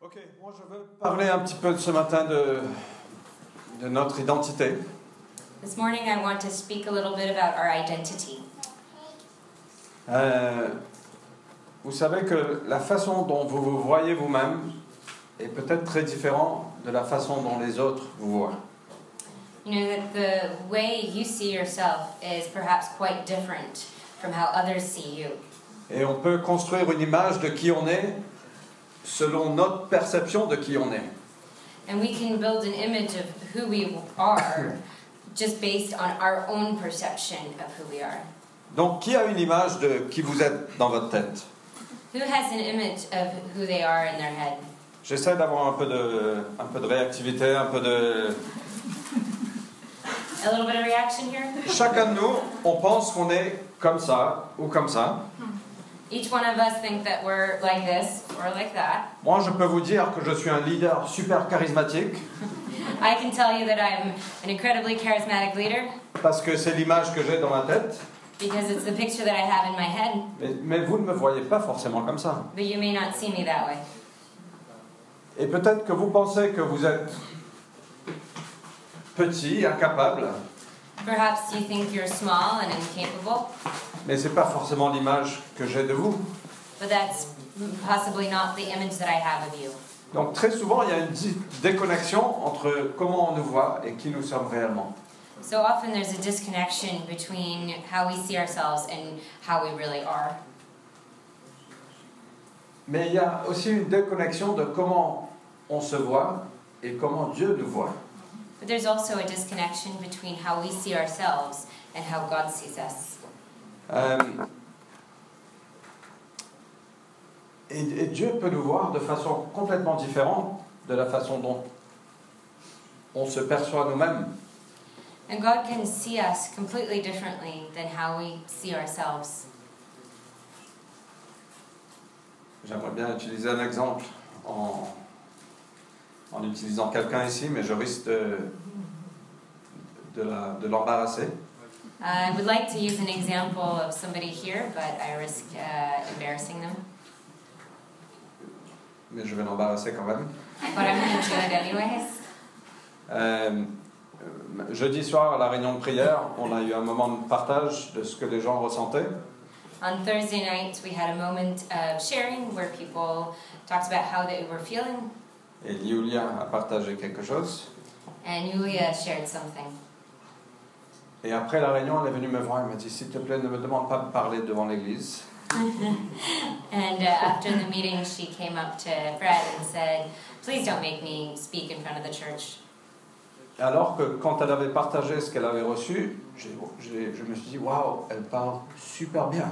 Ok, moi je veux parler un petit peu ce matin de, de notre identité. This morning, I want to speak a little bit about our identity. Euh, vous savez que la façon dont vous vous voyez vous-même est peut-être très différente de la façon dont les autres vous voient. You know that the way you see yourself is perhaps quite different from how others see you. Et on peut construire une image de qui on est selon notre perception de qui on est. And we can build an image of who we are just based on our own perception of who we are. Donc qui a une image de qui vous êtes dans votre tête Who has an image of who they are in their head? J'essaie d'avoir un peu de, un peu de réactivité, un peu de... A little bit of reaction here? Chacun de nous, on pense qu'on est comme ça ou comme ça. Each one of us think that we're like this or like that. Moi, je peux vous dire que je suis un leader super charismatique I can tell you that I'm an incredibly charismatic leader parce que c'est l'image que j'ai dans ma tête. because it's the picture that I have in my head, Mais, mais vous ne me voyez pas forcément comme ça. but you may not see me that way. Et peut-être que vous pensez que vous êtes petit, incapable, Perhaps you think you're small and incapable, mais c'est pas forcément l'image que j'ai de vous. but that's possibly not the image that I have of you. Donc très souvent, il y a une di- déconnexion entre comment on nous voit et qui nous sommes réellement. So often there's a disconnection between how we see ourselves and how we really are. Mais il y a aussi une déconnexion de comment on se voit et comment Dieu nous voit. But there's also a disconnection between how we see ourselves and how God sees us. Euh, et, et Dieu peut nous voir de façon complètement différente de la façon dont on se perçoit nous-mêmes. And God can see us completely differently than how we see ourselves. J'aimerais bien utiliser un exemple en, en utilisant quelqu'un ici, mais je risque de, de la- de l'embarrasser. I would like to use an example of somebody here, but I risk uh, embarrassing them. Mais je vais l'embarrasser quand même. But I'm going to do it anyways. Euh, jeudi soir, à la réunion de prière, on a eu un moment de partage de ce que les gens ressentaient. On Thursday night, we had a moment of sharing where people talked about how they were feeling, Et Liulia a partagé quelque chose. and Yulia shared something. Et après la réunion, elle est venue me voir, elle m'a dit, s'il te plaît, ne me demande pas de parler devant l'église. And uh, after the meeting, she came up to Fred and said, Please don't make me speak in front of the church. Alors que quand elle avait partagé ce qu'elle avait reçu, j'ai- j'ai- je me suis dit, waouh, elle parle super bien.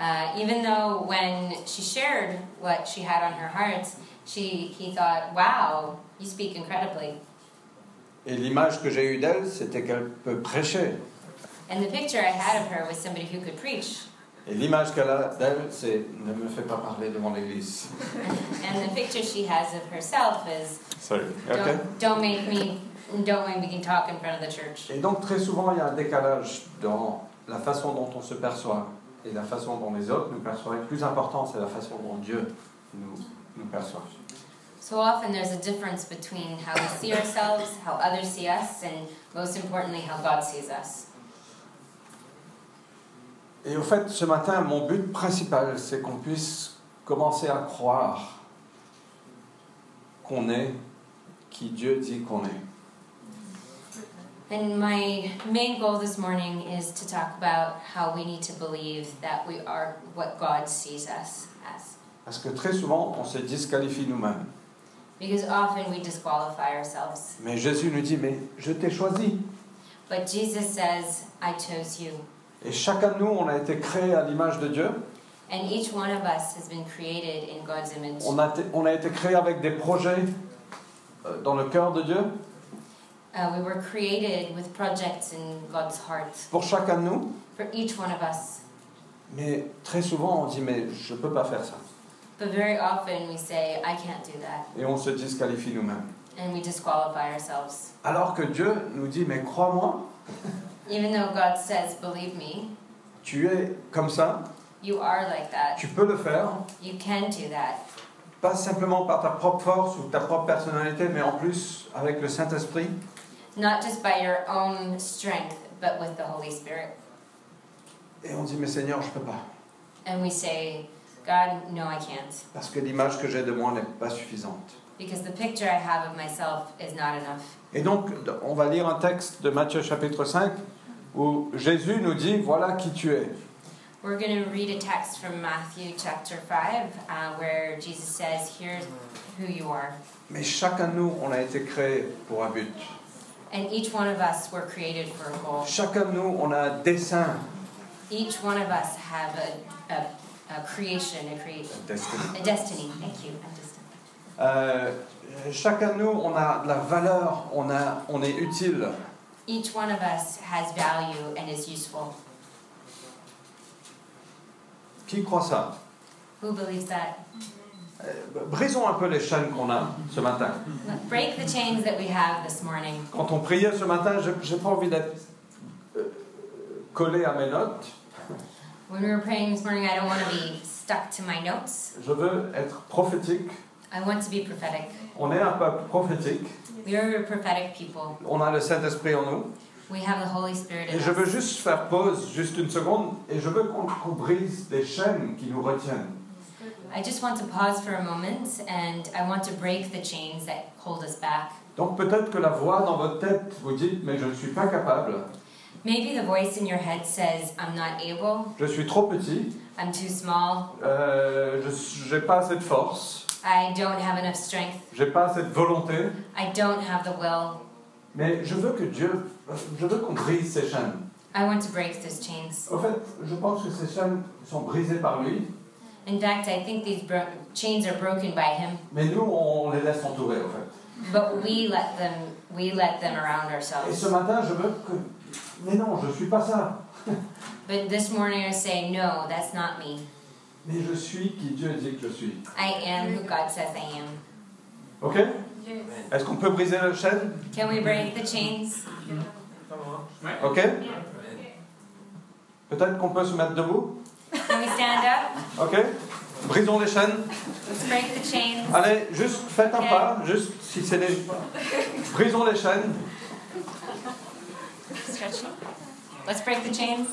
Uh, even though when she shared what she had on her heart, she, he thought, Wow, you speak incredibly. Et l'image que j'ai eue d'elle, c'était qu'elle peut prêcher. And the picture I had of her was somebody who could preach. Et l'image qu'elle a d'elle, c'est ne me fais pas parler devant l'église. And the picture she has of herself is, Salut. don't, don't make me, don't make me talk in front of the church. Et donc très souvent, il y a un décalage dans la façon dont on se perçoit et la façon dont les autres nous perçoivent. Et le plus important, c'est la façon dont Dieu nous, nous perçoit. So often there's a difference between how we see ourselves, how others see us, and most importantly, how God sees us. Et au fait, ce matin, mon but principal, c'est qu'on puisse commencer à croire qu'on est qui Dieu dit qu'on est. And my main goal this morning is to talk about how we need to believe that we are what God sees us as. Parce que très souvent, on se disqualifie nous-mêmes. Because often we disqualify ourselves. Mais Jésus nous dit, mais je t'ai choisi. But Jesus says, I chose you. Et chacun de nous, on a été créé à l'image de Dieu. And each one of us has been created in God's image. On a, été- on a été créé avec des projets euh, dans le cœur de Dieu. Uh, we were created with projects in God's heart Pour chacun de nous. for each one of us. Mais très souvent, on dit, mais je ne peux pas faire ça. But very often we say, I can't do that. Et on se disqualifie nous-mêmes. And we disqualify ourselves. Alors que Dieu nous dit, mais crois-moi, Even though God says, Believe me, Tu es comme ça, you are like that. tu peux le faire, You can do that. pas simplement par ta propre force ou ta propre personnalité, mais en plus avec le Saint-Esprit, not just by your own strength, but with the Holy Spirit. et on dit, mais Seigneur, je ne peux pas, And we say, God, no, I can't, parce que l'image que j'ai de moi n'est pas suffisante. because the picture I have of myself is not enough. Et donc, on va lire un texte de Matthieu chapitre 5, où Jésus nous dit, voilà qui tu es. We're going to read a text from Matthew chapter 5 uh, where Jesus says, Here's who you are. Mais chacun de nous, on a été créé pour un but. And each one of us were created for a goal. Chacun de nous, on a un dessein, Each one of us have a, a, a creation, a, create, un destin. a destiny. Thank you. I'm just- Euh, chacun de nous, on a de la valeur, on, a, on est utile. Each one of us has value and is useful. Qui croit ça Who believes that? Euh, Brisons un peu les chaînes qu'on a ce matin. Let- Break the chains that we have this morning. Quand on priait ce matin, je j'ai pas envie d'être euh, collé à mes notes. When we were praying this morning, I don't want to be stuck to my notes. Je veux être prophétique. I want to be prophetic. On est un peuple prophétique. We are a prophetic people. On a le Saint-Esprit en nous. We have the Holy Spirit Et in je us. veux juste faire pause, juste une seconde, et je veux qu'on qu'on brise des chaînes qui nous retiennent. I just want to pause for a moment and I want to break the chains that hold us back. Donc peut-être que la voix dans votre tête vous dit, mais je ne suis pas capable, Maybe the voice in your head says, I'm not able, je suis trop petit, I'm too small, euh, je n'ai pas assez de force, I don't have enough strength, j'ai pas assez de volonté. I don't have the will. Mais je veux que Dieu, je veux qu'on brise ces chaînes. I want to break those chains. Au fait, je pense que ces chaînes sont brisées par lui, In fact, I think these bro- chains are broken by him, mais nous, on les laisse entourer, au fait. but we let them we let them around Et ourselves. ce matin, je veux que... Mais non, je ne suis pas ça. But this morning I say, no, that's not me. Mais je suis qui Dieu dit que je suis. I am who God says I am. OK Est-ce qu'on peut briser la chaîne Can we break the chains? OK Peut-être qu'on peut se mettre debout Can we stand up? OK Brisons les chaînes. Let's break the chains. Allez, juste faites un Ok. pas, juste si c'est les... Brisons les chaînes. Stretching. Let's break the chains.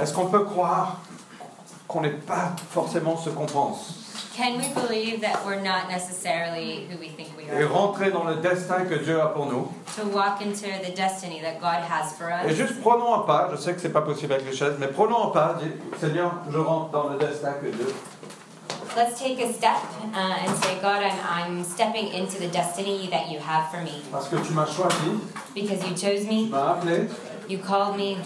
Est-ce qu'on peut croire qu'on n'est pas forcément ce qu'on pense Can we believe that we're not necessarily who we think we et are? rentrer dans le destin que Dieu a pour nous. To walk into the destiny that God has for Et us. juste prenons un pas, je sais que c'est pas possible avec les chaises, mais prenons un pas, dis Seigneur, je rentre dans le destin que Dieu. Let's take a step uh, and say, God, I'm, I'm stepping into the destiny that you have for me Parce que tu m'as choisi, because you chose tu me, m'as appelé you called me,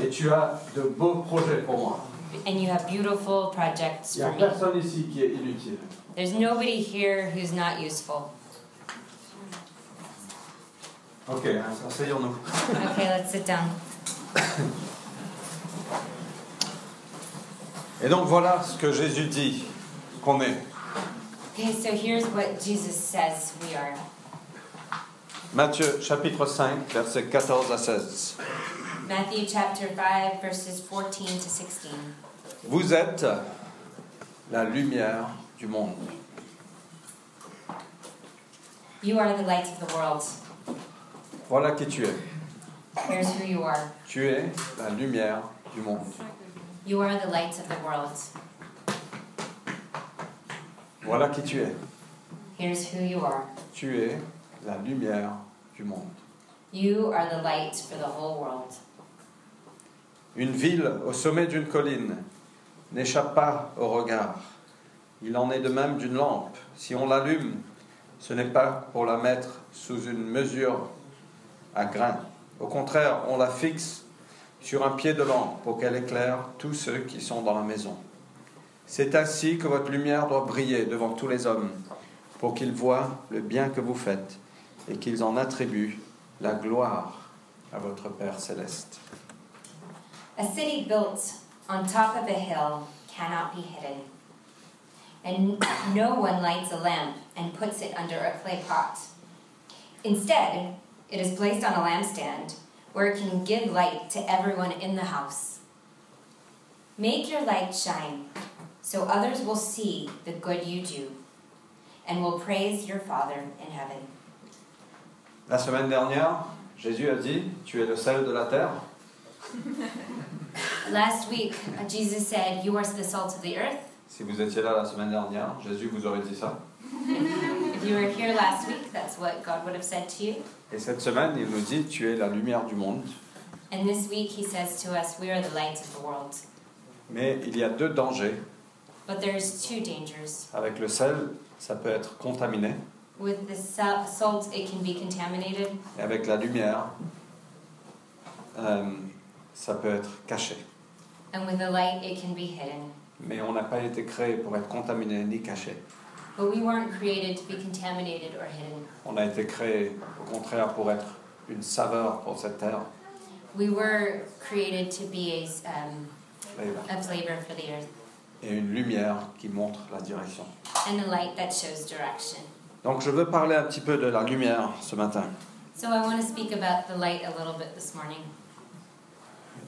et tu as de beaux projets pour moi. and you have beautiful projects Il n'y a for me. personne ici qui est inutile. There's nobody here who's not useful. Ok, asseyons-nous. Okay, let's sit down. Et donc voilà ce que Jésus dit qu'on est. Okay, so here's what Jesus says we are. Matthieu chapitre 5, versets 14 à 16. Matthew chapter 5, verses 14 to 16. Vous êtes la lumière du monde. You are the light of the world. Voilà qui tu es. Here's who you are. Tu es la lumière du monde. You are the light of the world. Voilà qui tu es. Here's who you are. Tu es la lumière du monde. You are the light for the whole world. Une ville au sommet d'une colline n'échappe pas au regard. Il en est de même d'une lampe. Si on l'allume, ce n'est pas pour la mettre sous une mesure à grains. Au contraire, on la fixe sur un pied de lampe pour qu'elle éclaire tous ceux qui sont dans la maison. C'est ainsi que votre lumière doit briller devant tous les hommes, pour qu'ils voient le bien que vous faites et qu'ils en attribuent la gloire à votre Père céleste. A city built on top of a hill cannot be hidden. And no one lights a lamp and puts it under a clay pot. Instead, it is placed on a lampstand where it can give light to everyone in the house. Make your light shine so others will see the good you do and will praise your Father in heaven. La semaine dernière, Jésus a dit, tu es le sel de la terre. Last week, uh, Jesus said, You are the salt of the earth. Si vous étiez là la semaine dernière, Jésus vous aurait dit ça. If you were here last week, that's what God would have said to you. Et cette semaine, il nous dit, tu es la lumière du monde. And this week, He says to us, We are the light of the world. Mais il y a deux dangers. But there's two dangers. Avec le sel, ça peut être contaminé. With the sa- salt, it can be contaminated, Et avec la lumière, euh, ça peut être caché. and with the light, it can be hidden. Mais on n'a pas été créé pour être contaminé ni caché. But we weren't created to be contaminated or hidden. On a été créé, au contraire, pour être une saveur pour cette terre. We were created to be a, um, a flavor for the earth Et une lumière qui montre la direction. and a light that shows direction. Donc je veux parler un petit peu de la lumière ce matin. So I want to speak about the light a little bit this morning.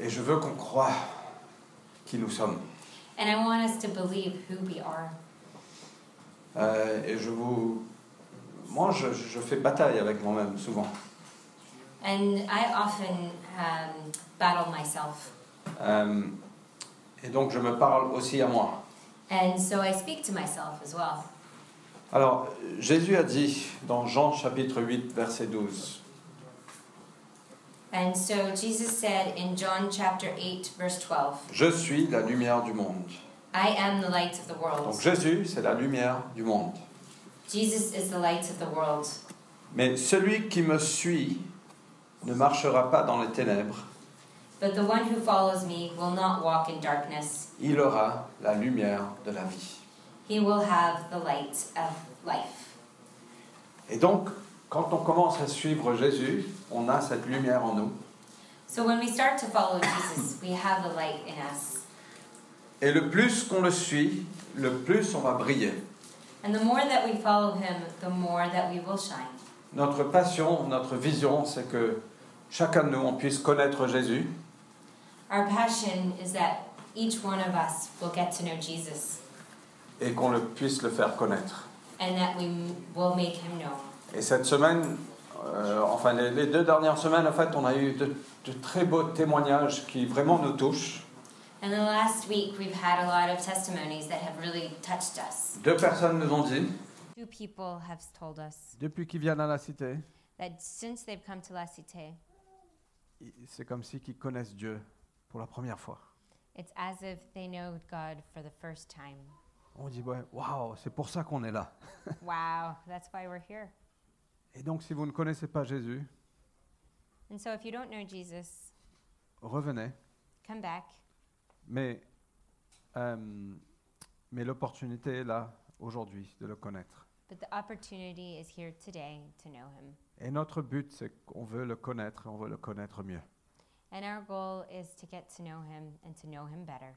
Et je veux qu'on croie qui nous sommes. And I want us to believe who we are. Euh, et je vous... Moi, je, je fais bataille avec moi-même, souvent. And I often um, battle myself. Euh, et donc je me parle aussi à moi. And so I speak to myself as well. Alors, Jésus a dit dans Jean chapitre 8, verset 12, And so Jesus said in John chapter 8, verse 12, Je suis la lumière du monde. I am the light of the Donc world. Jésus, c'est la lumière du monde. Jesus is the light of the world. Mais celui qui me suit ne marchera pas dans les ténèbres, But the one who follows me will not walk in darkness, il aura la lumière de la vie. he will have the light of life. Et donc, quand on commence à suivre Jésus, on a cette lumière en nous. So when we start to follow Jesus, we have the light in us. Et le plus qu'on le suit, le plus on va briller. And the more that we follow him, the more that we will shine. Notre passion, notre vision, c'est que chacun de nous, on puisse connaître Jésus Our passion is that each one of us will get to know Jesus et qu'on le puisse le faire connaître. and that we m- will make him known. Et cette semaine, euh, enfin les, les deux dernières semaines, en fait, on a eu de, de très beaux témoignages qui vraiment nous touchent. And the last week, we've had a lot of testimonies that have really touched us. Deux personnes nous ont dit, Two people have told us depuis qu'ils viennent à la cité, that since they've come to La Cité, c'est comme si qu'ils connaissent Dieu pour la première fois. it's as if they know God for the first time. On dit, ouais, waouh, c'est pour ça qu'on est là. wow, that's why we're here. Et donc, si vous ne connaissez pas Jésus, And so, if you don't know Jesus, revenez. come back. Mais, euh, mais l'opportunité est là aujourd'hui de le connaître. But the opportunity is here today to know him. Et notre but, c'est qu'on veut le connaître et on veut le connaître mieux. And our goal is to get to know him and to know him better.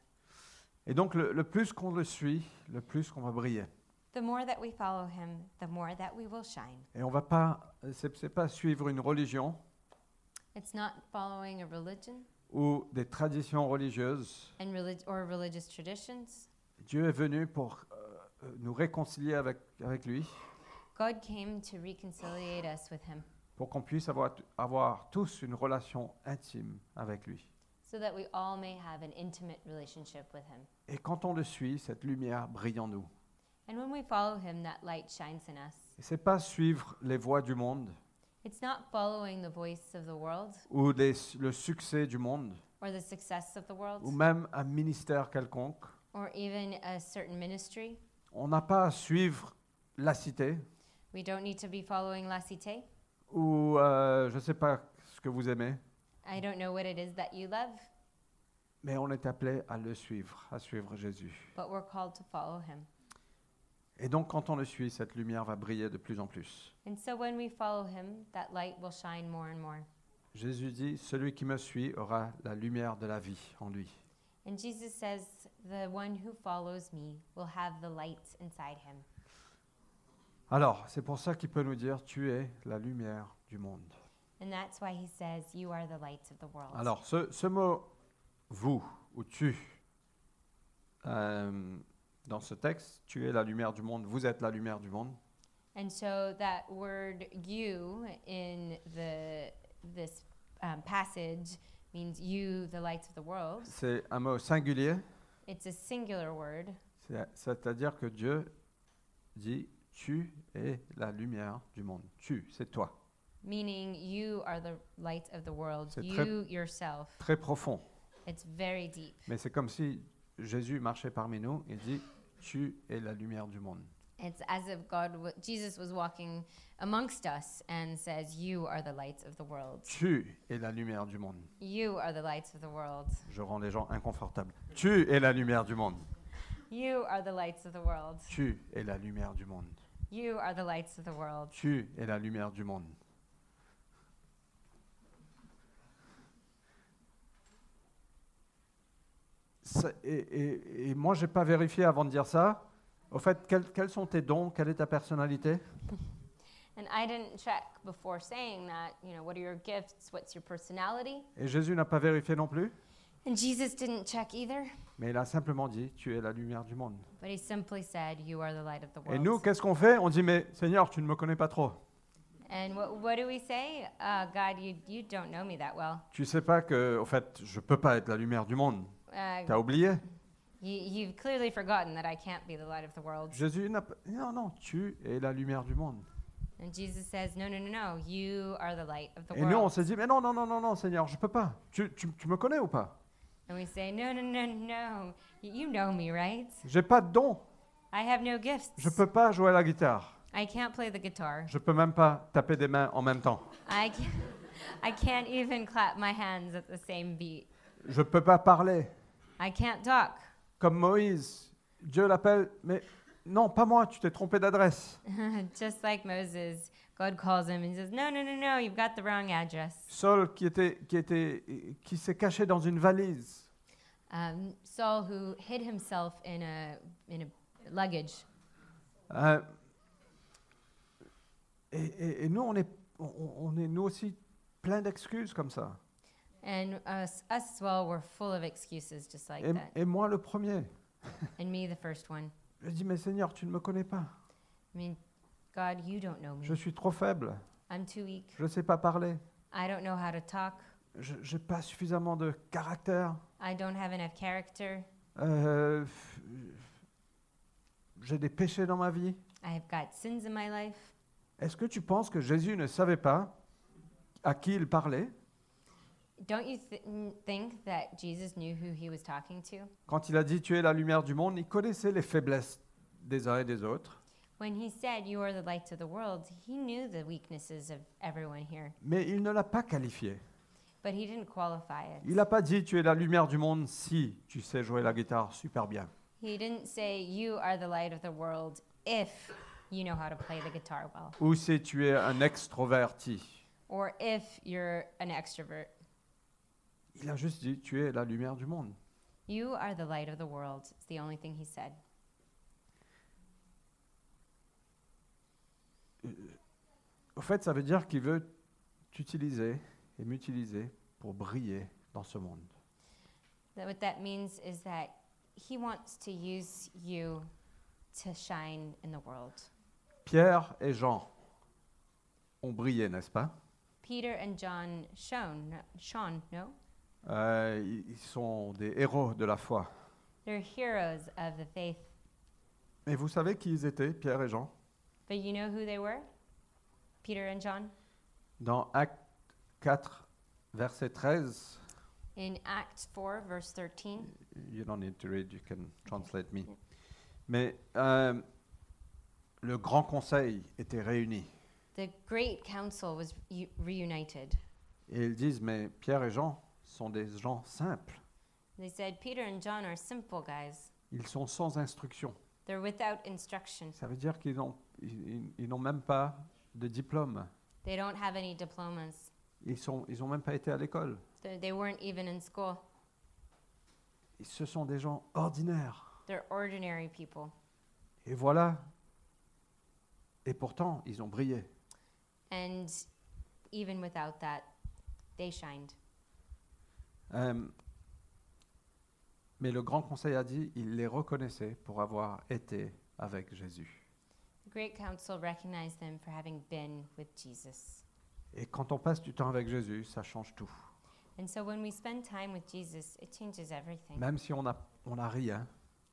Et donc, le, le plus qu'on le suit, le plus qu'on va briller. The more that we follow him, the more that we will shine. Et on va pas, c'est c'est pas suivre une religion It's not following a religion ou des traditions religieuses. and relig- or religious traditions. Dieu est venu pour euh, nous réconcilier avec, avec lui, God came to reconciliate us with him pour qu'on puisse avoir, avoir tous une relation intime avec lui. so that we all may have an intimate relationship with him. Et quand on le suit, cette lumière brille en nous. And when we follow him, that light shines in us. Et c'est pas suivre les voies du monde It's not following the voice of the world ou les- le succès du monde or the success of the ou world même un ministère quelconque. or even a certain ministry. On n'a pas à suivre la cité We don't need to be following La Cité. ou euh, je sais pas ce que vous aimez. I don't know what it is that you love, Mais on est appelé à le suivre, à suivre Jésus. but we're called to follow him. Et donc quand on le suit, cette lumière va briller de plus en plus. And so when we follow him, that light will shine more and more. Jésus dit, celui qui me suit aura la lumière de la vie en lui. And Jesus says, The one who follows me will have the light inside him. Alors, c'est pour ça qu'il peut nous dire, tu es la lumière du monde. And that's why he says, You are the light of the world. Alors, ce, ce mot vous ou tu, euh, dans ce texte, tu es la lumière du monde, vous êtes la lumière du monde. And so that word you in the this um, passage means you, the lights of the world. C'est un mot singulier, It's a singular word. c'est- c'est-à-dire que Dieu dit tu es la lumière du monde. Tu, c'est toi. Meaning, you are the light of the world, C'est très- you yourself. Très profond. It's very deep. Mais c'est comme si Jésus marchait parmi nous et dit tu es la lumière du monde. It's as if God, w- Jesus was walking amongst us and says, You are the lights of the world. Tu es la lumière du monde. You are the lights of the world. Je rends les gens inconfortables. Tu es la lumière du monde. You are the lights of the world. Tu es la lumière du monde. You are the lights of the world. Tu es la lumière du monde. Ça- et, et- et moi, je n'ai pas vérifié avant de dire ça. Au fait, quels, quels sont tes dons Quelle est ta personnalité And I didn't check before saying that, you know, what are your gifts? What's your personality? Et Jésus n'a pas vérifié non plus, And Jesus didn't check either, mais il a simplement dit, tu es la lumière du monde. but he simply said, You are the light of the Et world. nous, qu'est-ce qu'on fait On dit, mais Seigneur, tu ne me connais pas trop. And what, what do we say? Uh, God, you, you don't know me that well. Tu sais pas que, au fait, je peux pas être la lumière du monde. Uh, Tu as oublié you, you've clearly forgotten that I can't be the light of the world. Jésus n'a pas... Non, non, tu es la lumière du monde. And Jesus says, No, no, no, no. You are the light of the Et nous, on world. s'est dit, mais non, non, non, non, non, Seigneur, je peux pas. Tu, tu, tu me connais ou pas And we say, No, no, no, no. Y- You know me, right? J'ai pas de don. I have no gifts. Je peux pas jouer à la guitare. I can't play the guitar. Je peux même pas taper des mains en même temps. I can't, I can't even clap my hands at the same beat. Je peux pas parler. I can't talk. Comme Moïse, Dieu l'appelle, mais non, pas moi, tu t'es trompé d'adresse. Just like Moses, God calls him and he says, No, no, no, no. You've got the wrong address. Saul qui était, qui était, qui s'est caché dans une valise. Um, Saul, who hid himself in a, in a luggage. Euh, et, et- et nous, on est, on, on est nous aussi plein d'excuses comme ça. And us, us as well were full of excuses just like Et, that. et moi, le premier. And me, the first one. Je dis, mais Seigneur, tu ne me connais pas. I mean, God, you don't know me. Je suis trop faible. I'm too weak. Je ne sais pas parler. I don't know how to talk. Je n'ai pas suffisamment de caractère. I don't have enough character. Euh, f- J'ai des péchés dans ma vie. I've got sins in my life. Est-ce que tu penses que Jésus ne savait pas à qui il parlait Don't you th- n- think that Jesus knew who he was talking to? Quand il a dit, tu es la lumière du monde, il connaissait les faiblesses des uns et des autres. When he said, You are the light of the world, he knew the weaknesses of everyone here, Mais il ne l'a pas qualifié. but he didn't qualify it. Il n'a pas dit tu es la lumière du monde si tu sais jouer la guitare super bien. He didn't say, You are the light of the world if you know how to play the guitar well, Ou si tu es un extroverti. or if you're an extrovert. Il a juste dit tu es la lumière du monde. You are the light of the world. It's the only thing he said. Au fait, ça veut dire qu'il veut t'utiliser et m'utiliser pour briller dans ce monde. That what that means is that he wants to use you to shine in the world. Pierre et Jean ont brillé, n'est-ce pas Peter and John shone, shone, no? Euh, Ils ils sont des héros de la foi. They're heroes of the faith. Et vous savez qui ils étaient, Pierre et Jean But you know who they were? Peter and John? Dans Acte 4, verset 13. In Acts 4, verse 13, You don't need to read, you can translate me. Mais euh, le grand conseil était réuni. the great council was u- reunited. Et ils disent, mais Pierre et Jean sont des gens simples. They said, Peter and John are simple guys. Ils sont sans instruction. They're without instruction. Ça veut dire qu'ils n'ont ils, ils- ils n'ont même pas de diplôme. They don't have any diplomas. Ils n'ont ils ont même pas été à l'école. They they weren't even in school. Et Ce sont des gens ordinaires. They're ordinary people. Et voilà. Et pourtant, ils ont brillé. And even without that, they shined. Euh, Mais le grand conseil a dit, il les reconnaissait pour avoir été avec Jésus. The Great Council recognized them for having been with Jesus. Et quand on passe du temps avec Jésus, ça change tout. And so when we spend time with Jesus, it changes everything. Même si on n'a on n'a rien,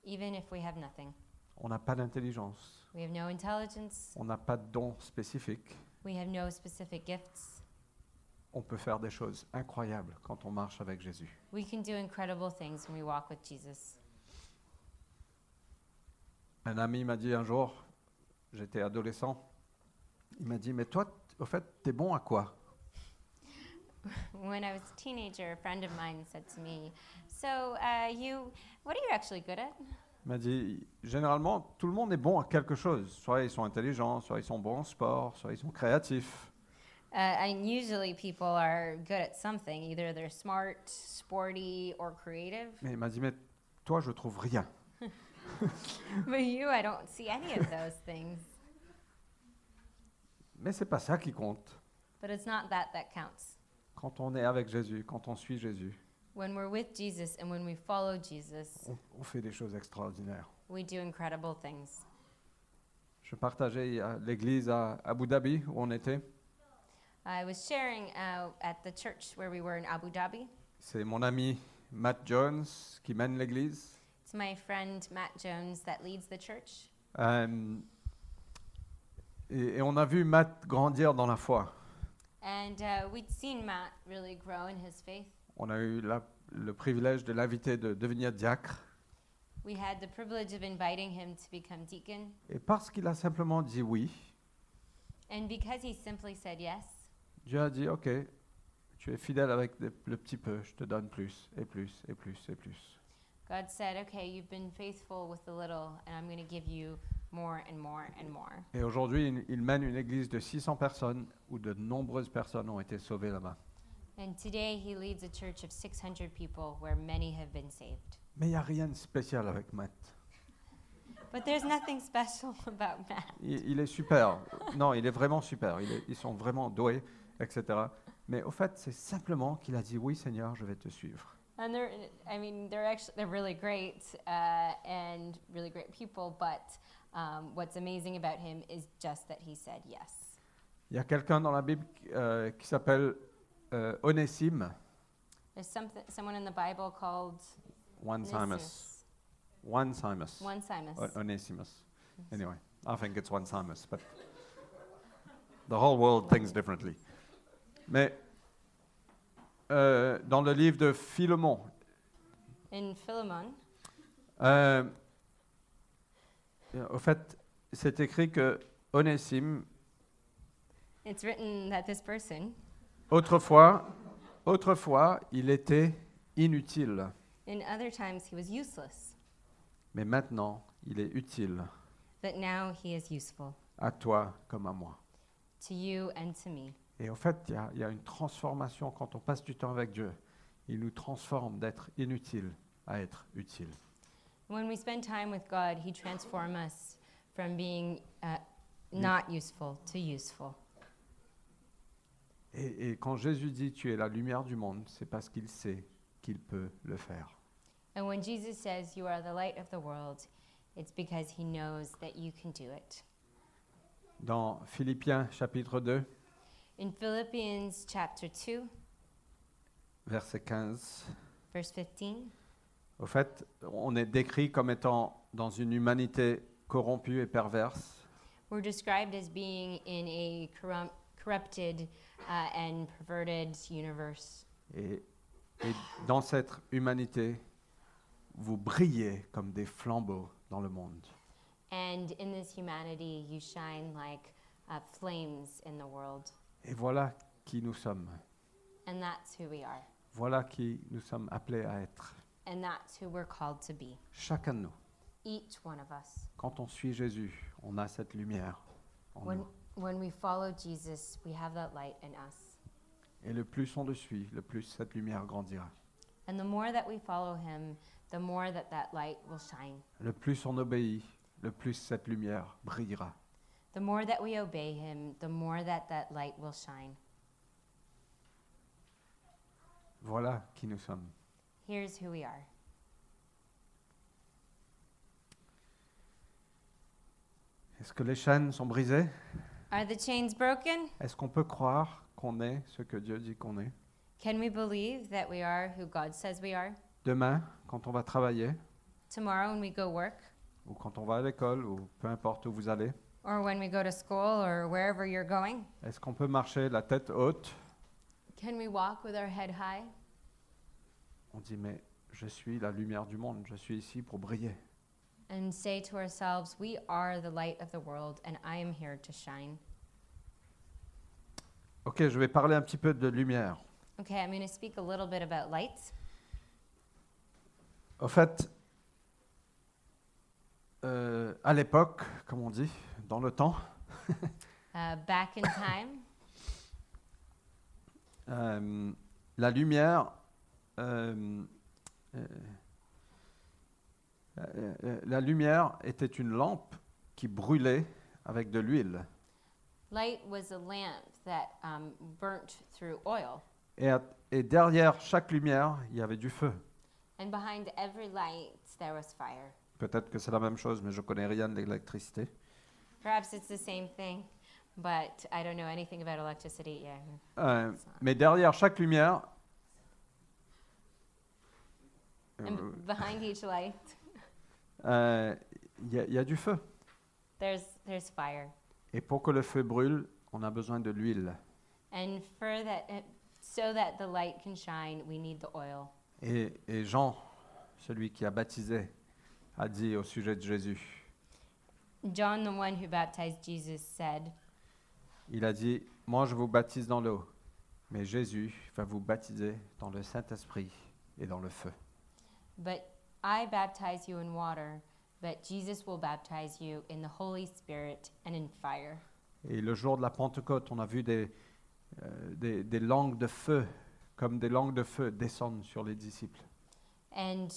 Even if we have nothing, on n'a pas d'intelligence, we have no intelligence, on n'a pas de dons spécifiques, we have no specific gifts. on peut faire des choses incroyables quand on marche avec Jésus. We can do incredible things when we walk with Jesus. Un ami m'a dit un jour, j'étais adolescent, il m'a dit, mais toi, t- au fait, t'es bon à quoi When I was a teenager, a friend of mine said to me, "So, uh, you, what are you actually good at?" Il m'a dit, généralement, tout le monde est bon à quelque chose. Soit ils sont intelligents, soit ils sont bons en sport, soit ils sont créatifs. Uh, and usually, people are good at something. Either they're smart, sporty, or creative. Mais il m'a dit, mais toi, je trouve rien. but you, I don't see any of those things. Mais c'est pas ça qui compte. But it's not that that counts. Quand on est avec Jésus, quand on suit Jésus, When we're with Jesus and when we follow Jesus, on, on fait des choses extraordinaires. we do incredible things. Je partageais à l'église à Abu Dhabi où on était. I was sharing uh, at the church where we were in Abu Dhabi. C'est mon ami Matt Jones qui mène l'église. It's my friend Matt Jones that leads the church. Euh, et, et on a vu Matt grandir dans la foi. And uh, we'd seen Matt really grow in his faith. On a eu la- le privilège de l'inviter de devenir diacre. We had the privilege of inviting him to become deacon. Et parce qu'il a simplement dit oui, And because he simply said yes, Dieu a dit, OK, tu es fidèle avec le- le petit peu, je te donne plus et plus et plus et plus. God said, Okay, you've been faithful with the little, and I'm going to give you more and more and more. Et aujourd'hui, il, il mène une église de 600 personnes où de nombreuses personnes ont été sauvées là-bas. And today he leads a church of 600 people where many have been saved. Mais il n'y a rien de spécial avec Matt. But there's nothing special about Matt. Il, il est super. Non, il est vraiment super. Il est- ils sont vraiment doués, etc. Mais au fait, c'est simplement qu'il a dit oui, Seigneur, je vais te suivre. And they're, I mean, they're actually, they're really great uh, and really great people, but um, what's amazing about him is just that he said yes. Il y a quelqu'un dans la Bible euh, qui s'appelle euh, Onésime, There's something, someone in the Bible called Onesimus. Onesimus. One Simus. O- Onesimus. Oh, Anyway, I think it's Onesimus, but the whole world thinks differently. Mais euh, dans le livre de Philemon, In Philemon, euh, au fait, c'est écrit que Onésime, it's written that this person, autrefois, autrefois, il était inutile, in other times he was useless, mais maintenant, il est utile but now he is useful à toi comme à moi. to you and to me. Et en fait, il y a- il y, a une transformation quand on passe du temps avec Dieu. Il nous transforme d'être inutile à être utile. When we spend time with God, He transforms us from being uh, not useful to useful. Et, et quand Jésus dit tu es la lumière du monde, c'est parce qu'il sait qu'il peut le faire. And when Jesus says, You are the light of the world, it's because He knows that you can do it. Dans Philippiens chapitre 2, In Philippians chapter 2, verset 15, verse 15, au fait, on est décrit comme étant dans une humanité corrompue et perverse. we're described as being in a corrupt, corrupted uh, and perverted universe. Et, et dans cette humanité, vous brillez comme des flambeaux dans le monde. And in this humanity, you shine like uh, flames in the world. Et voilà qui nous sommes. And that's who we are. Voilà qui nous sommes appelés à être, And that's who we're called to be. chacun de nous. each one of us. Quand on suit Jésus, on a cette lumière en When, nous. when we follow Jesus, we have that light in us. Et le plus on le suit, le plus cette lumière grandira. And the more that we follow him, the more that that light will shine. Le plus on obéit, le plus cette lumière brillera. The more that we obey him, the more that that light will shine. Voilà qui nous sommes. Here's who we are. Est-ce que les chaînes sont brisées Are the chains broken? Est-ce qu'on peut croire qu'on est ce que Dieu dit qu'on est Can we believe that we are who God says we are? Demain, quand on va travailler, Tomorrow, when we go work, ou quand on va à l'école, ou peu importe où vous allez, or when we go to school, or wherever you're going, est-ce qu'on peut marcher la tête haute can we walk with our head high? On dit, mais je suis la lumière du monde, je suis ici pour briller. and say to ourselves, We are the light of the world, and I am here to shine. Ok, je vais parler un petit peu de lumière. Okay, I'm going to speak a little bit about light. Au fait, euh, à l'époque, comme on dit, dans le temps, Uh, back in time, euh, la lumière, euh, euh, euh, euh, la lumière était une lampe qui brûlait avec de l'huile. light was a lamp that um, burnt through oil, Et, à- et derrière chaque lumière, il y avait du feu. and behind every light there was fire. Peut-être que c'est la même chose, mais je connais rien de l'électricité. Perhaps it's the same thing, but I don't know anything about electricity. Yeah. Euh, mais derrière chaque lumière, And euh, behind each light, euh, il y a- il y a du feu. there's, there's fire. Et pour que le feu brûle, on a besoin de l'huile. And for that, uh, so that the light can shine, we need the oil. Et, et Jean, celui qui a baptisé, a dit au sujet de Jésus, John, the one who baptized Jesus, said, il a dit, moi je vous baptise dans l'eau, mais Jésus va vous baptiser dans le Saint-Esprit et dans le feu. But I baptize you in water, but Jesus will baptize you in the Holy Spirit and in fire. Et le jour de la Pentecôte, on a vu des, euh, des- des langues de feu, comme des langues de feu descendre sur les disciples. And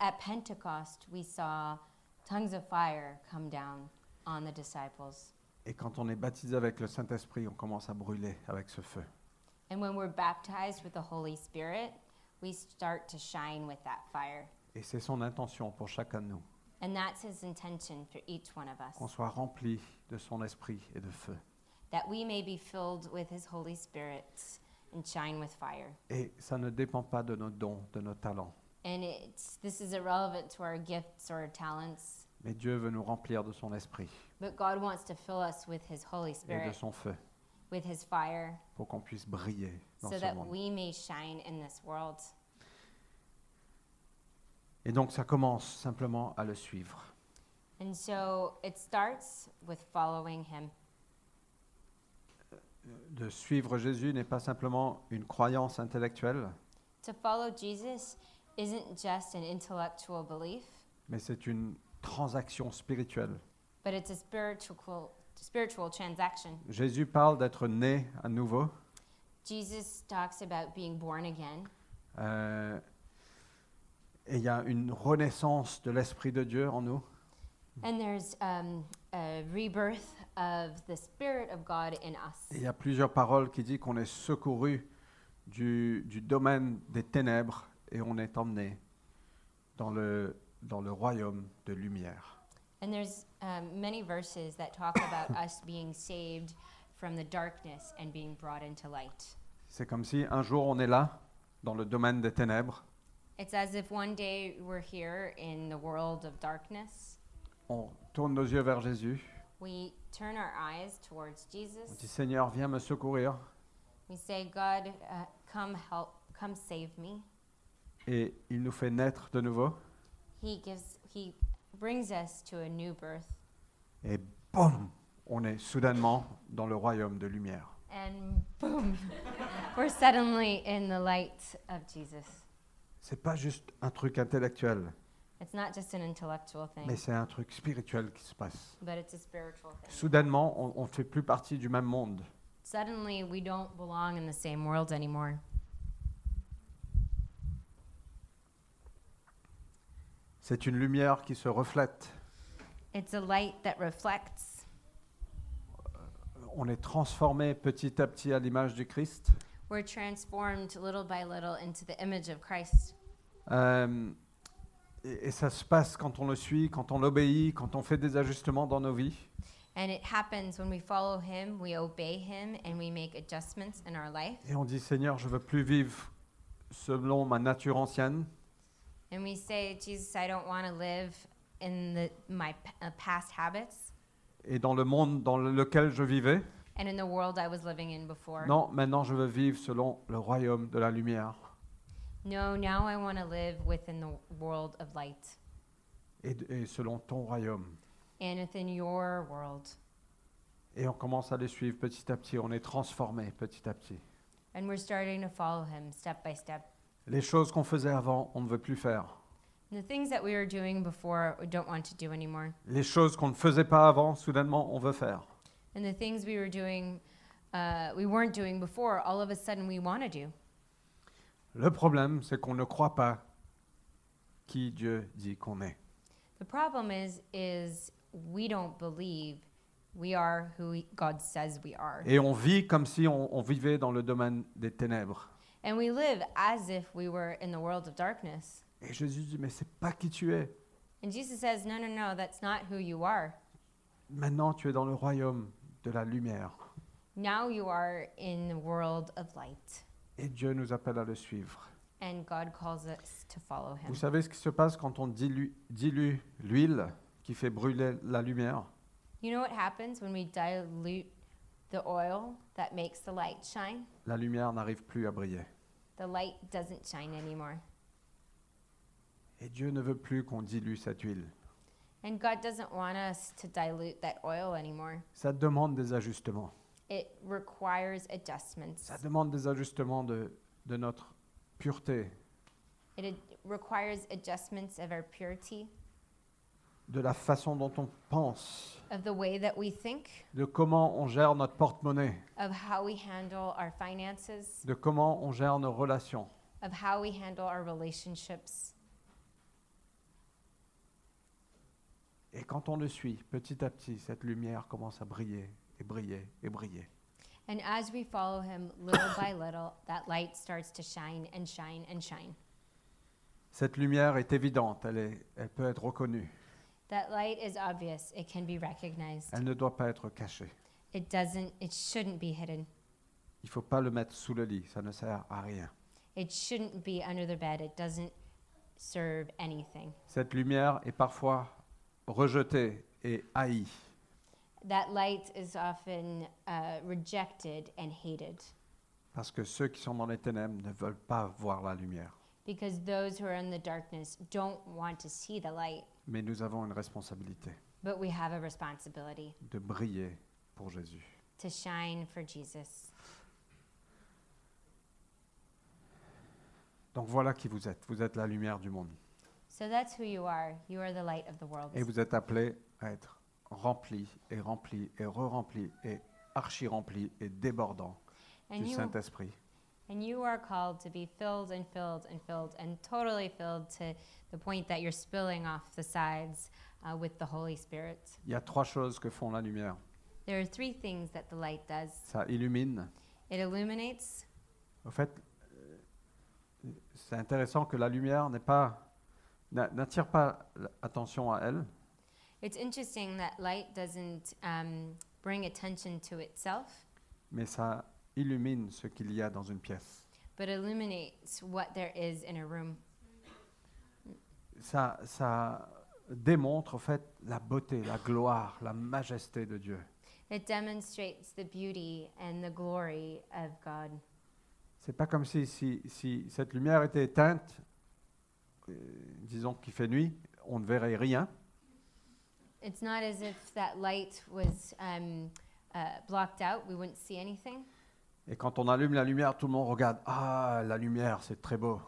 at Pentecost, we saw tongues of fire come down on the disciples. Et quand on est baptisé avec le Saint-Esprit, on commence à brûler avec ce feu. And when we're baptized with the Holy Spirit, we start to shine with that fire. Et c'est son intention pour chacun de nous, And that's his intention for each one of qu'on us, soit rempli de son esprit et de feu. that we may be filled with his Holy Spirit and shine with fire. Et ça ne dépend pas de nos dons, de nos talents. And it's, this is irrelevant to our gifts or our talents, Mais Dieu veut nous remplir de son esprit but God wants to fill us with His Holy et de Spirit, son feu with His fire, pour qu'on puisse briller dans so ce that monde. we may shine in this world. Et donc ça commence simplement à le suivre. And so it starts with following Him. De suivre Jésus n'est pas simplement une croyance intellectuelle, To follow Jesus isn't just an intellectual belief, mais c'est une transaction spirituelle. but it's a spiritual, spiritual transaction. Jésus parle d'être né à nouveau. Jesus talks about being born again, euh, et il y a une renaissance de l'Esprit de Dieu en nous. and there's um, a rebirth of the Spirit of God in us. Et il y a plusieurs paroles qui disent qu'on est secouru du, du domaine des ténèbres et on est emmené dans le, dans le royaume de lumière. And there's um, many verses that talk about us being saved from the darkness and being brought into light. C'est comme si un jour on est là, dans le domaine des ténèbres, It's as if one day we're here in the world of darkness. on tourne nos yeux vers Jésus, We turn our eyes towards on dit Jesus. Seigneur, viens me secourir. We say, God, uh, come help, come save me. Et il nous fait naître de nouveau. He gives, he brings us to a new birth, Et boum, on est soudainement dans le royaume de lumière. and boom, we're suddenly in the light of Jesus. C'est pas juste un truc intellectuel, It's not just an intellectual mais thing, c'est un truc spirituel qui se passe. but it's a spiritual thing. Soudainement, on ne fait plus partie du même monde. Suddenly, we don't belong in the same world anymore. C'est une lumière qui se reflète. It's a light that reflects. On est transformé petit à petit à l'image du Christ. We're transformed little by little into the image of Christ. Euh, Et, et ça se passe quand on le suit, quand on l'obéit, quand on fait des ajustements dans nos vies. And it happens when we follow Him, we obey Him, and we make adjustments in our life. Et on dit Seigneur, je veux plus vivre selon ma nature ancienne, And we say, Jesus, I don't want to live in the, my p- uh, past habits et dans le monde dans lequel je vivais. and in the world I was living in before. Non, maintenant je veux vivre selon le royaume de la lumière. No, now I want to live within the world of light Et, et selon ton royaume. and within your world. Et on commence à les suivre petit à petit, on est transformé petit à petit. And we're starting to follow Him step by step. Les choses qu'on faisait avant, on ne veut plus faire. The things that we were doing before, we don't want to do anymore. Les choses qu'on ne faisait pas avant, soudainement, on veut faire. And the things we were doing, uh, we weren't doing before, all of a sudden we want to do. Le problème, c'est qu'on ne croit pas qui Dieu dit qu'on est. The problem is, is we don't believe we are who we- God says we are, Et on vit comme si on, on vivait dans le domaine des ténèbres. and we live as if we were in the world of darkness. Et Jésus dit, mais c'est pas qui tu es. And Jesus says, "No, no, no, that's not who you are. Maintenant, tu es dans le royaume de la lumière. Now you are in the world of light." Et Dieu nous appelle à le suivre. And God calls us to follow Him. Vous savez ce qui se passe quand on dilue, dilue l'huile qui fait brûler la lumière You know what happens when we dilute the oil that makes the light shine? La lumière n'arrive plus à briller. The light doesn't shine anymore. Et Dieu ne veut plus qu'on dilue cette huile. And God doesn't want us to dilute that oil anymore. Ça demande des ajustements. It requires adjustments. Ça demande des ajustements de, de notre pureté, It ad- requires adjustments of our purity, de la façon dont on pense, of the way that we think, de comment on gère notre porte-monnaie, of how we handle our finances, de comment on gère nos relations. of how we handle our relationships. Et quand on le suit, petit à petit, cette lumière commence à briller et briller et briller. And as we follow him little by little, that light starts to shine and shine and shine. Cette lumière est évidente, elle, est- elle peut être reconnue, That light is obvious, it can be recognized. elle ne doit pas être cachée. It doesn't it shouldn't be hidden. Il ne faut pas le mettre sous le lit, ça ne sert à rien. It shouldn't be under the bed. It doesn't serve anything. Cette lumière est parfois rejetée et haïe. That light is often uh, rejected and hated Parce que ceux qui sont dans les ténèbres ne veulent pas voir la lumière. because those who are in the darkness don't want to see the light. Mais nous avons une responsabilité But we have a responsibility de briller pour Jésus. to shine for Jesus. Donc voilà qui vous êtes. Vous êtes la lumière du monde. So that's who you are. You are the light of the world. Et vous êtes appelés à être remplis et remplis et re-remplis et archi-remplis et débordants And du you, Saint-Esprit. and you are called to be filled and filled and filled and totally filled to the point that you're spilling off the sides uh, with the Holy Spirit. Il y a trois choses que font la lumière. There are three things that the light does Ça illumine. it illuminates. Au fait, euh, c'est intéressant que la lumière n'est pas n'a- n'attire pas l'attention à elle, It's interesting that light doesn't um, bring attention to itself, mais ça illumine ce qu'il y a dans une pièce. but illuminates what there is in a room. ça, ça démontre en fait la beauté, la gloire, la majesté de Dieu. It demonstrates the beauty and the glory of God. C'est pas comme si, si, si cette lumière était éteinte, euh, disons qu'il fait nuit, on ne verrait rien, It's not as if that light was um, uh, blocked out, we wouldn't see anything. et quand on allume la lumière, tout le monde regarde. Ah, la lumière, c'est très beau.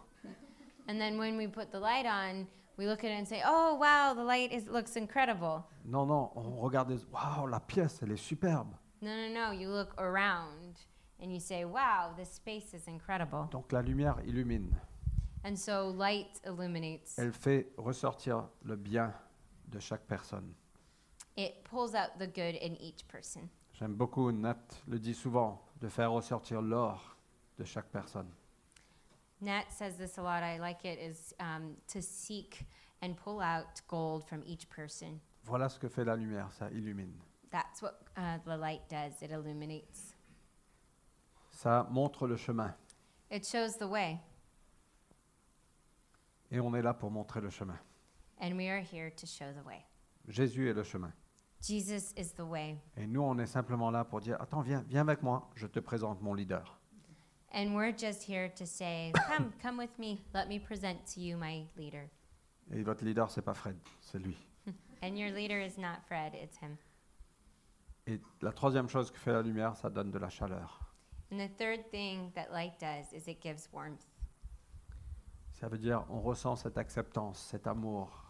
And then when we put the light on, we look at it and say, oh, wow, the light is, looks incredible. Non, non, on regarde. les- Waouh, la pièce, elle est superbe. No, no, no, you look around and you say, wow, this space is incredible. Donc la lumière illumine. And so light illuminates. Elle fait ressortir le bien de chaque personne. It pulls out the good in each person. J'aime beaucoup, Nat le dit souvent, de faire ressortir l'or de chaque personne. Nat says this a lot. I like it. Is um, to seek and pull out gold from each person. Voilà ce que fait la lumière, ça illumine. That's what uh, the light does, it illuminates. Ça montre le chemin. It shows the way, Et on est là pour montrer le chemin. and we are here to show the way. Jésus est le chemin. Jesus is the way, Et nous, on est simplement là pour dire, attends, viens, viens avec moi, je te présente mon leader. and we're just here to say, Come, come with me, let me present to you my leader. Et votre leader, c'est pas Fred, c'est lui. And your leader is not Fred, it's him. Et la troisième chose que fait la lumière, ça donne de la chaleur. And the third thing that light does is it gives warmth. Ça veut dire, on ressent cette acceptance, cet amour,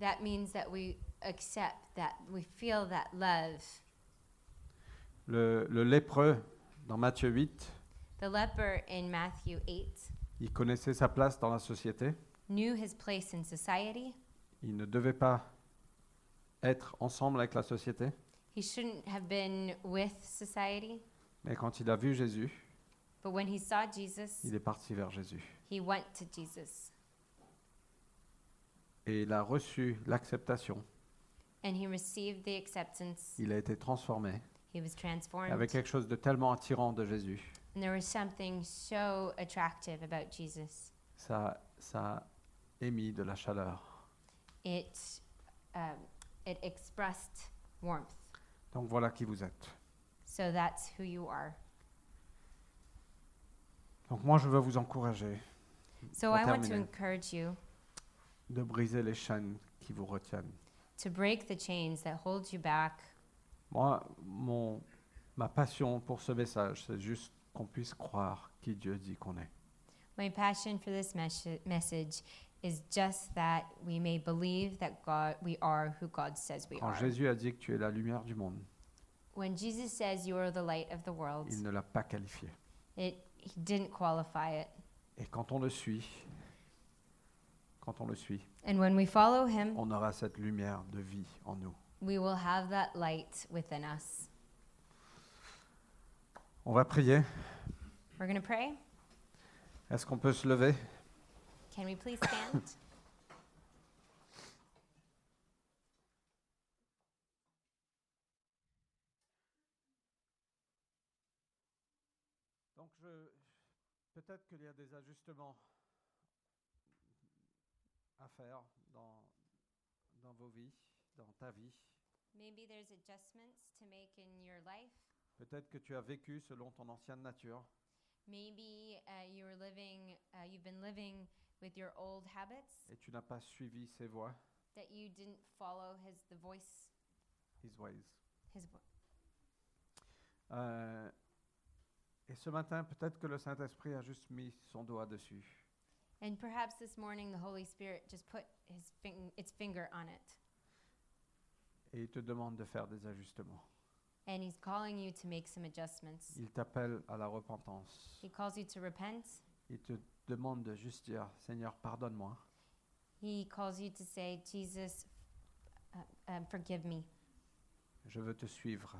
That means that we accept that we feel that love. Le, le lépreux, dans Matthieu 8, The leper in Matthew 8 il connaissait sa place dans la société. knew his place in society. Il ne devait pas être ensemble avec la société. He shouldn't have been with society. Mais quand il a vu Jésus, But when he saw Jesus, il est parti vers Jésus. he went to Jesus Et il a reçu l'acceptation. and he received the acceptance. Il a été transformé. He was Il transformed. y avait quelque chose de tellement attirant de Jésus. And there was something so attractive about Jesus. Ça, ça a émis de la chaleur. It, um, it expressed warmth. Donc voilà qui vous êtes. So that's who you are. Donc moi, je veux vous encourager So Pour I want to terminer. encourage you de briser les chaînes qui vous retiennent. to break the chains that hold you back. Moi, mon, ma passion pour ce message, c'est juste qu'on puisse croire qui Dieu dit qu'on est. My passion for this mes- message is just that we may believe that God we are who God says we Quand are. Jésus a dit que tu es la lumière du monde, When Jesus says you are the light of the world, il ne l'a pas qualifié. it he didn't qualify it. Et quand on le suit, quand on le suit, And when we follow him, on aura cette lumière de vie en nous. we will have that light within us. On va prier. We're going to pray. Est-ce qu'on peut se lever Can we please stand? Donc je peut-être qu'il y a des ajustements à faire dans, dans vos vies, dans ta vie. Maybe there's adjustments to make in your life. Peut-être que tu as vécu selon ton ancienne nature. Maybe uh, you were living uh, you've been living with your old habits. et tu n'as pas suivi ses voies, that you didn't follow his the voice his ways. his vo- Euh, et ce matin, peut-être que le Saint-Esprit a juste mis son doigt dessus. and perhaps this morning the holy spirit just put his fing- its finger on it Et il te demande de faire des ajustements. and he's calling you to make some adjustments Il t'appelle à la repentance. he calls you to repent Il te demande de juste dire, Seigneur, pardonne-moi. he calls you to say jesus uh, um, forgive me Je veux te suivre.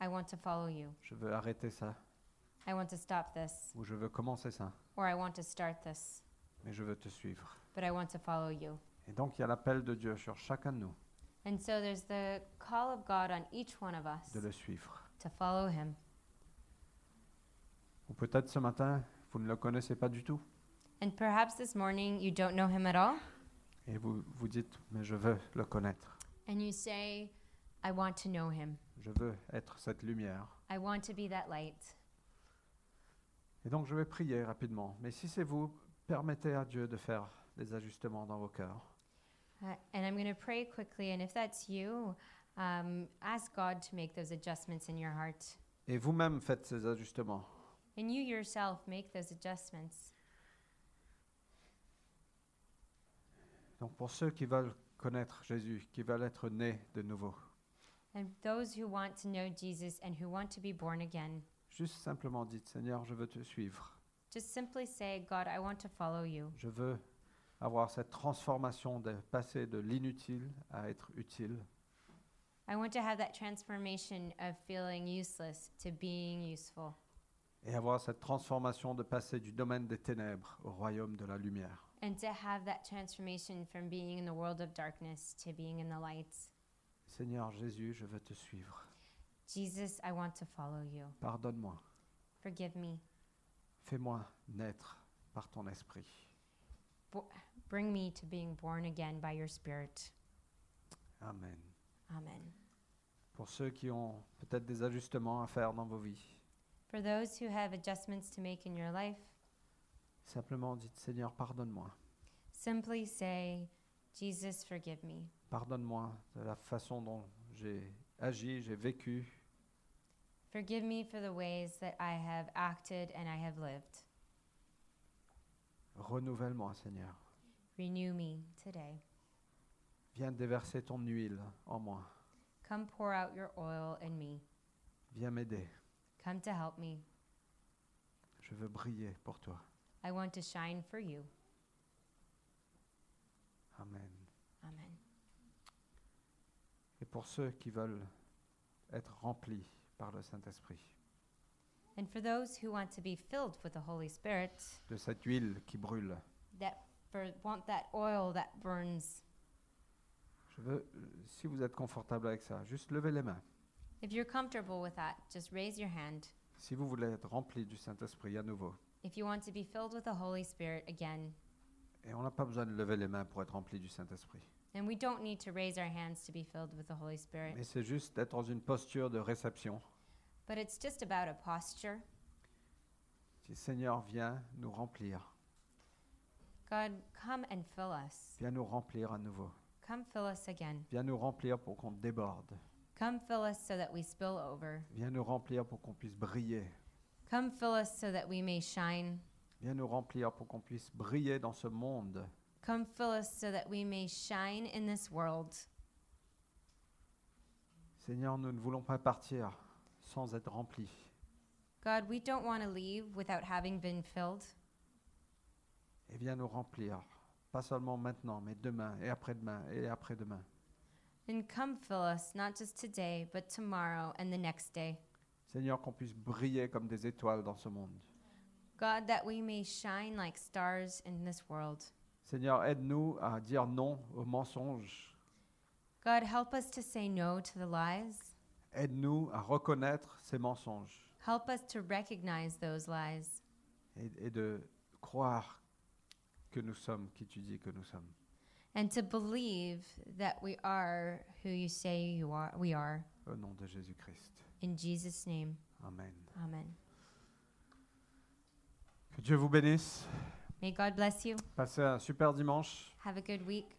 i want to follow you Je veux arrêter ça. i want to stop this Ou je veux commencer ça. or i want to start this Mais je veux te suivre. but i want to follow you Et donc, il y a l'appel de Dieu sur chacun de nous and so there's the call of god on each one of us de le suivre. to follow him Ou peut-être ce matin, vous ne le connaissez pas du tout. and perhaps this morning you don't know him at all Et vous vous dites, mais je veux le connaître. and you say, I want to know him. Je veux être cette lumière. I want to be that light. Et donc je vais prier rapidement. Mais si c'est vous, permettez à Dieu de faire des ajustements dans vos cœurs. Uh, and I'm going to pray quickly. And if that's you, um, ask God to make those adjustments in your heart. Et vous-même faites ces ajustements. And you yourself make those adjustments. Donc pour ceux qui veulent connaître Jésus, qui veulent être nés de nouveau, And those who want to know Jesus and who want to be born again, juste simplement dites Seigneur, je veux te suivre. just simply say, God, I want to follow you. Je veux avoir cette transformation de passer de l'inutile à être utile. I want to have that transformation of feeling useless to being useful. Et avoir cette transformation de passer du domaine des ténèbres au royaume de la lumière. and to have that transformation from being in the world of darkness to being in the light. Seigneur Jésus, je veux te suivre. Jesus, I want to follow you. Pardonne-moi. Forgive me. Fais-moi naître par ton esprit. Bring me to being born again by your Spirit. Amen. Amen. Pour ceux qui ont peut-être des ajustements à faire dans vos vies, For those who have adjustments to make in your life, simplement dites Seigneur, pardonne-moi. simply say, Jesus, forgive me. Pardonne-moi de la façon dont j'ai agi, j'ai vécu. Forgive me for the ways that I have acted and I have lived. Renouvelle-moi, Seigneur. Renew me today. Viens déverser ton huile en moi. Come pour out your oil in me. Viens m'aider. Come to help me. Je veux briller pour toi. I want to shine for you. Amen. Amen. Et pour ceux qui veulent être remplis par le Saint-Esprit, And for those who want to be filled with the Holy Spirit, de cette huile qui brûle, that for, want that oil that burns, je veux, euh, si vous êtes confortable avec ça, juste levez les mains. if you're comfortable with that, just raise your hand. Si vous voulez être rempli du Saint-Esprit à nouveau, If you want to be filled with the Holy Spirit again, et on n'a pas besoin de lever les mains pour être rempli du Saint-Esprit, and we don't need to raise our hands to be filled with the Holy Spirit, mais c'est juste d'être dans une posture de réception. but it's just about a posture. Si Seigneur, viens nous remplir, God, come and fill us. viens nous remplir à nouveau, Come fill us again. viens nous remplir pour qu'on déborde, Come fill us so that we spill over. viens nous remplir pour qu'on puisse briller, Come fill us so that we may shine. viens nous remplir pour qu'on puisse briller dans ce monde. Come fill us so that we may shine in this world. Seigneur, nous ne voulons pas partir sans être remplis. God, we don't want to leave without having been filled. Et viens nous remplir, pas seulement maintenant, mais demain et après-demain et après-demain. And come fill us, not just today, but tomorrow and the next day. Seigneur, qu'on puisse briller comme des étoiles dans ce monde. God, that we may shine like stars in this world. Seigneur, aide-nous à dire non aux mensonges. God, help us to say no to the lies. Aide-nous à reconnaître ces mensonges Help us to recognize those lies et, et de croire que nous sommes qui tu dis que nous sommes. and to believe that we are who you say you are, we are. Au nom de Jésus-Christ. In Jesus' name, Amen. amen. Que Dieu vous bénisse. May God bless you. Passez un super dimanche. Have a good week.